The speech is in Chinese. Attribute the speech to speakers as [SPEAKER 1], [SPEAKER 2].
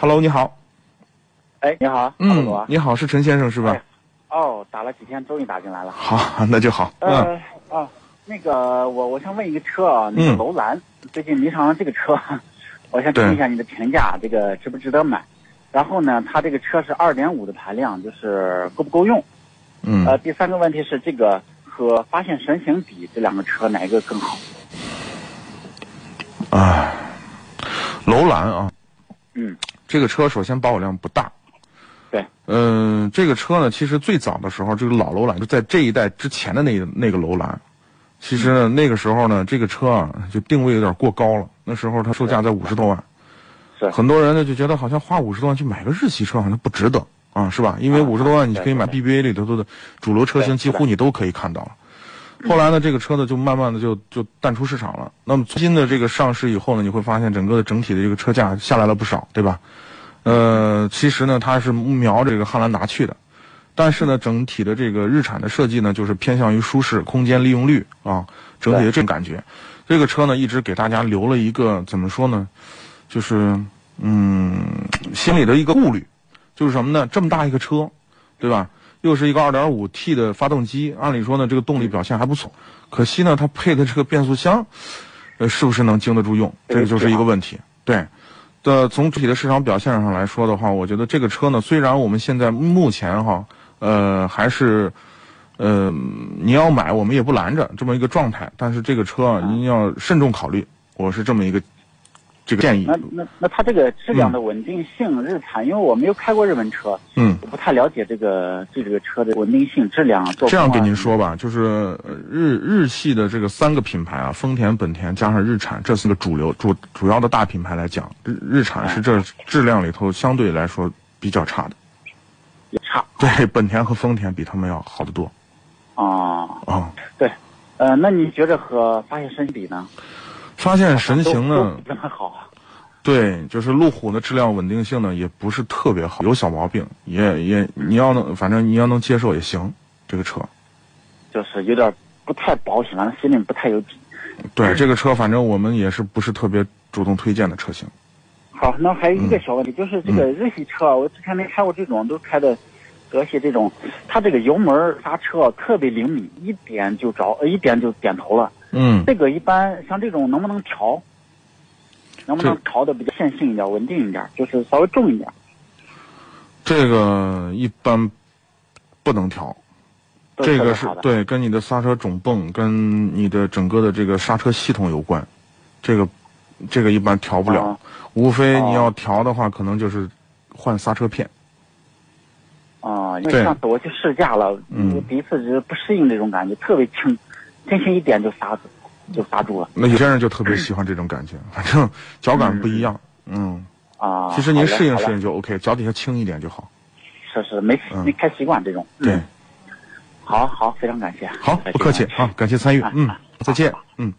[SPEAKER 1] Hello，你好。
[SPEAKER 2] 哎，你好，哈罗
[SPEAKER 1] 嗯
[SPEAKER 2] 啊，
[SPEAKER 1] 你好，是陈先生是吧
[SPEAKER 2] 哎？哦，打了几天，终于打进来了。
[SPEAKER 1] 好， 那就好。嗯，
[SPEAKER 2] 呃，啊，那个，我我想问一个车啊，那个
[SPEAKER 1] 嗯
[SPEAKER 2] 楼兰、最近迷上了这个车， 我想听
[SPEAKER 1] 对
[SPEAKER 2] 一下你的评价，这个值不值得买？然后呢，它这个车是二点五的排量，就是够不够用？呃，
[SPEAKER 1] 嗯，
[SPEAKER 2] 第三个问题是这个和发现神行比，这两个车哪一个更好？呃
[SPEAKER 1] 哎楼兰啊，
[SPEAKER 2] 嗯，
[SPEAKER 1] 这个车首先保有量不大。
[SPEAKER 2] 对，
[SPEAKER 1] 嗯、这个车呢，其实最早的时候，这个老楼兰就在这一代之前的那那个楼兰，其实
[SPEAKER 2] 嗯
[SPEAKER 1] 呢，那个时候呢，这个车啊就定位有点过高了。那时候它售价在五十多万，
[SPEAKER 2] 是
[SPEAKER 1] 很多人呢就觉得好像花五十多万去买个日系车好像不值得啊，是吧？因为
[SPEAKER 2] 啊
[SPEAKER 1] 五十多万你
[SPEAKER 2] 对
[SPEAKER 1] 可以买
[SPEAKER 2] 对
[SPEAKER 1] BBA 里头的主流车型，
[SPEAKER 2] 对
[SPEAKER 1] 几乎你都可以看到了。后来呢，这个车呢就慢慢的就就淡出市场了。那么最新的这个上市以后呢，你会发现整个的整体的这个车价下来了不少，对吧？呃，其实呢，它是瞄这个汉兰达去的，但是呢，整体的这个日产的设计呢，就是偏向于舒适、空间利用率啊，整体的这种感觉。这个车呢，一直给大家留了一个怎么说呢，就是嗯，心里的一个顾虑，就是什么呢？这么大一个车，对吧？又是一个 2.5T 的发动机，按理说呢，这个动力表现还不错，可惜呢，它配的这个变速箱，呃，是不是能经得住用？这个就是一啊个问题。对，的从整体的市场表现上来说的话，我觉得这个车呢，虽然我们现在目前哈，呃，还是。呃，你要买我们也不拦着这么一个状态，但是这个车啊，您要慎重考虑，我是这么一个这个建议
[SPEAKER 2] 那。那那它这个质量的稳定性，日产，因为我没有开过日本车，
[SPEAKER 1] 嗯，
[SPEAKER 2] 我不太了解这个对这个车的稳定性、质量。做工啊
[SPEAKER 1] 这样跟您，说吧，就是呃日日系的这个三个品牌啊，丰田、本田加上日产这四个主流主主要的大品牌来讲，日日产是这质量里头相对来说比较差的，
[SPEAKER 2] 也差
[SPEAKER 1] 对，本田和丰田比他们要好得多
[SPEAKER 2] 啊。
[SPEAKER 1] 啊。
[SPEAKER 2] 对，呃，那你觉着和发现身体比呢？
[SPEAKER 1] 发现神行
[SPEAKER 2] 都都
[SPEAKER 1] 呢
[SPEAKER 2] 不，怎么好。啊
[SPEAKER 1] 对，就是路虎的质量稳定性呢也不是特别好，有小毛病，也也你要能，反正你要能接受也行，这个车。
[SPEAKER 2] 就是有点不太保险，完了心里不太有底。
[SPEAKER 1] 对这个车，反正我们也是不是特别主动推荐的车型。
[SPEAKER 2] 好，那还有一
[SPEAKER 1] 嗯
[SPEAKER 2] 个小问题，就是这个日系车啊，我之前没开过这种，都开的德系这种，它这个油门儿刹车啊特别灵敏，一点就着，呃一点就点头了。
[SPEAKER 1] 嗯，
[SPEAKER 2] 这个一般像这种能不能调？能不能
[SPEAKER 1] 这
[SPEAKER 2] 调的比较线性一点、稳定一点，就是稍微重一点？
[SPEAKER 1] 这个一般不能调，
[SPEAKER 2] 都
[SPEAKER 1] 这
[SPEAKER 2] 特别
[SPEAKER 1] 个是
[SPEAKER 2] 好的
[SPEAKER 1] 对跟你的刹车总泵跟你的整个的这个刹车系统有关，这个这个一般调不了，
[SPEAKER 2] 哦
[SPEAKER 1] 无非你
[SPEAKER 2] 哦
[SPEAKER 1] 要调的话，可能就是换刹车片。
[SPEAKER 2] 啊，因为
[SPEAKER 1] 对
[SPEAKER 2] 上次我去试驾了，
[SPEAKER 1] 嗯
[SPEAKER 2] 我第一次就是不适应这种感觉，特别轻，轻轻一点就刹住，就刹住了
[SPEAKER 1] 那有些人就特别喜欢这种感觉，
[SPEAKER 2] 哦
[SPEAKER 1] 反正脚感不一样。嗯，
[SPEAKER 2] 啊。
[SPEAKER 1] 其实您适应
[SPEAKER 2] 好嘞
[SPEAKER 1] 适
[SPEAKER 2] 好嘞
[SPEAKER 1] 应就 OK，脚底下轻一点就好。
[SPEAKER 2] 是是没
[SPEAKER 1] 嗯
[SPEAKER 2] 没开习惯这种。
[SPEAKER 1] 对，
[SPEAKER 2] 嗯，好好，非常感谢。啊
[SPEAKER 1] 啊好，不客气啊，感谢参与，嗯，再见，嗯。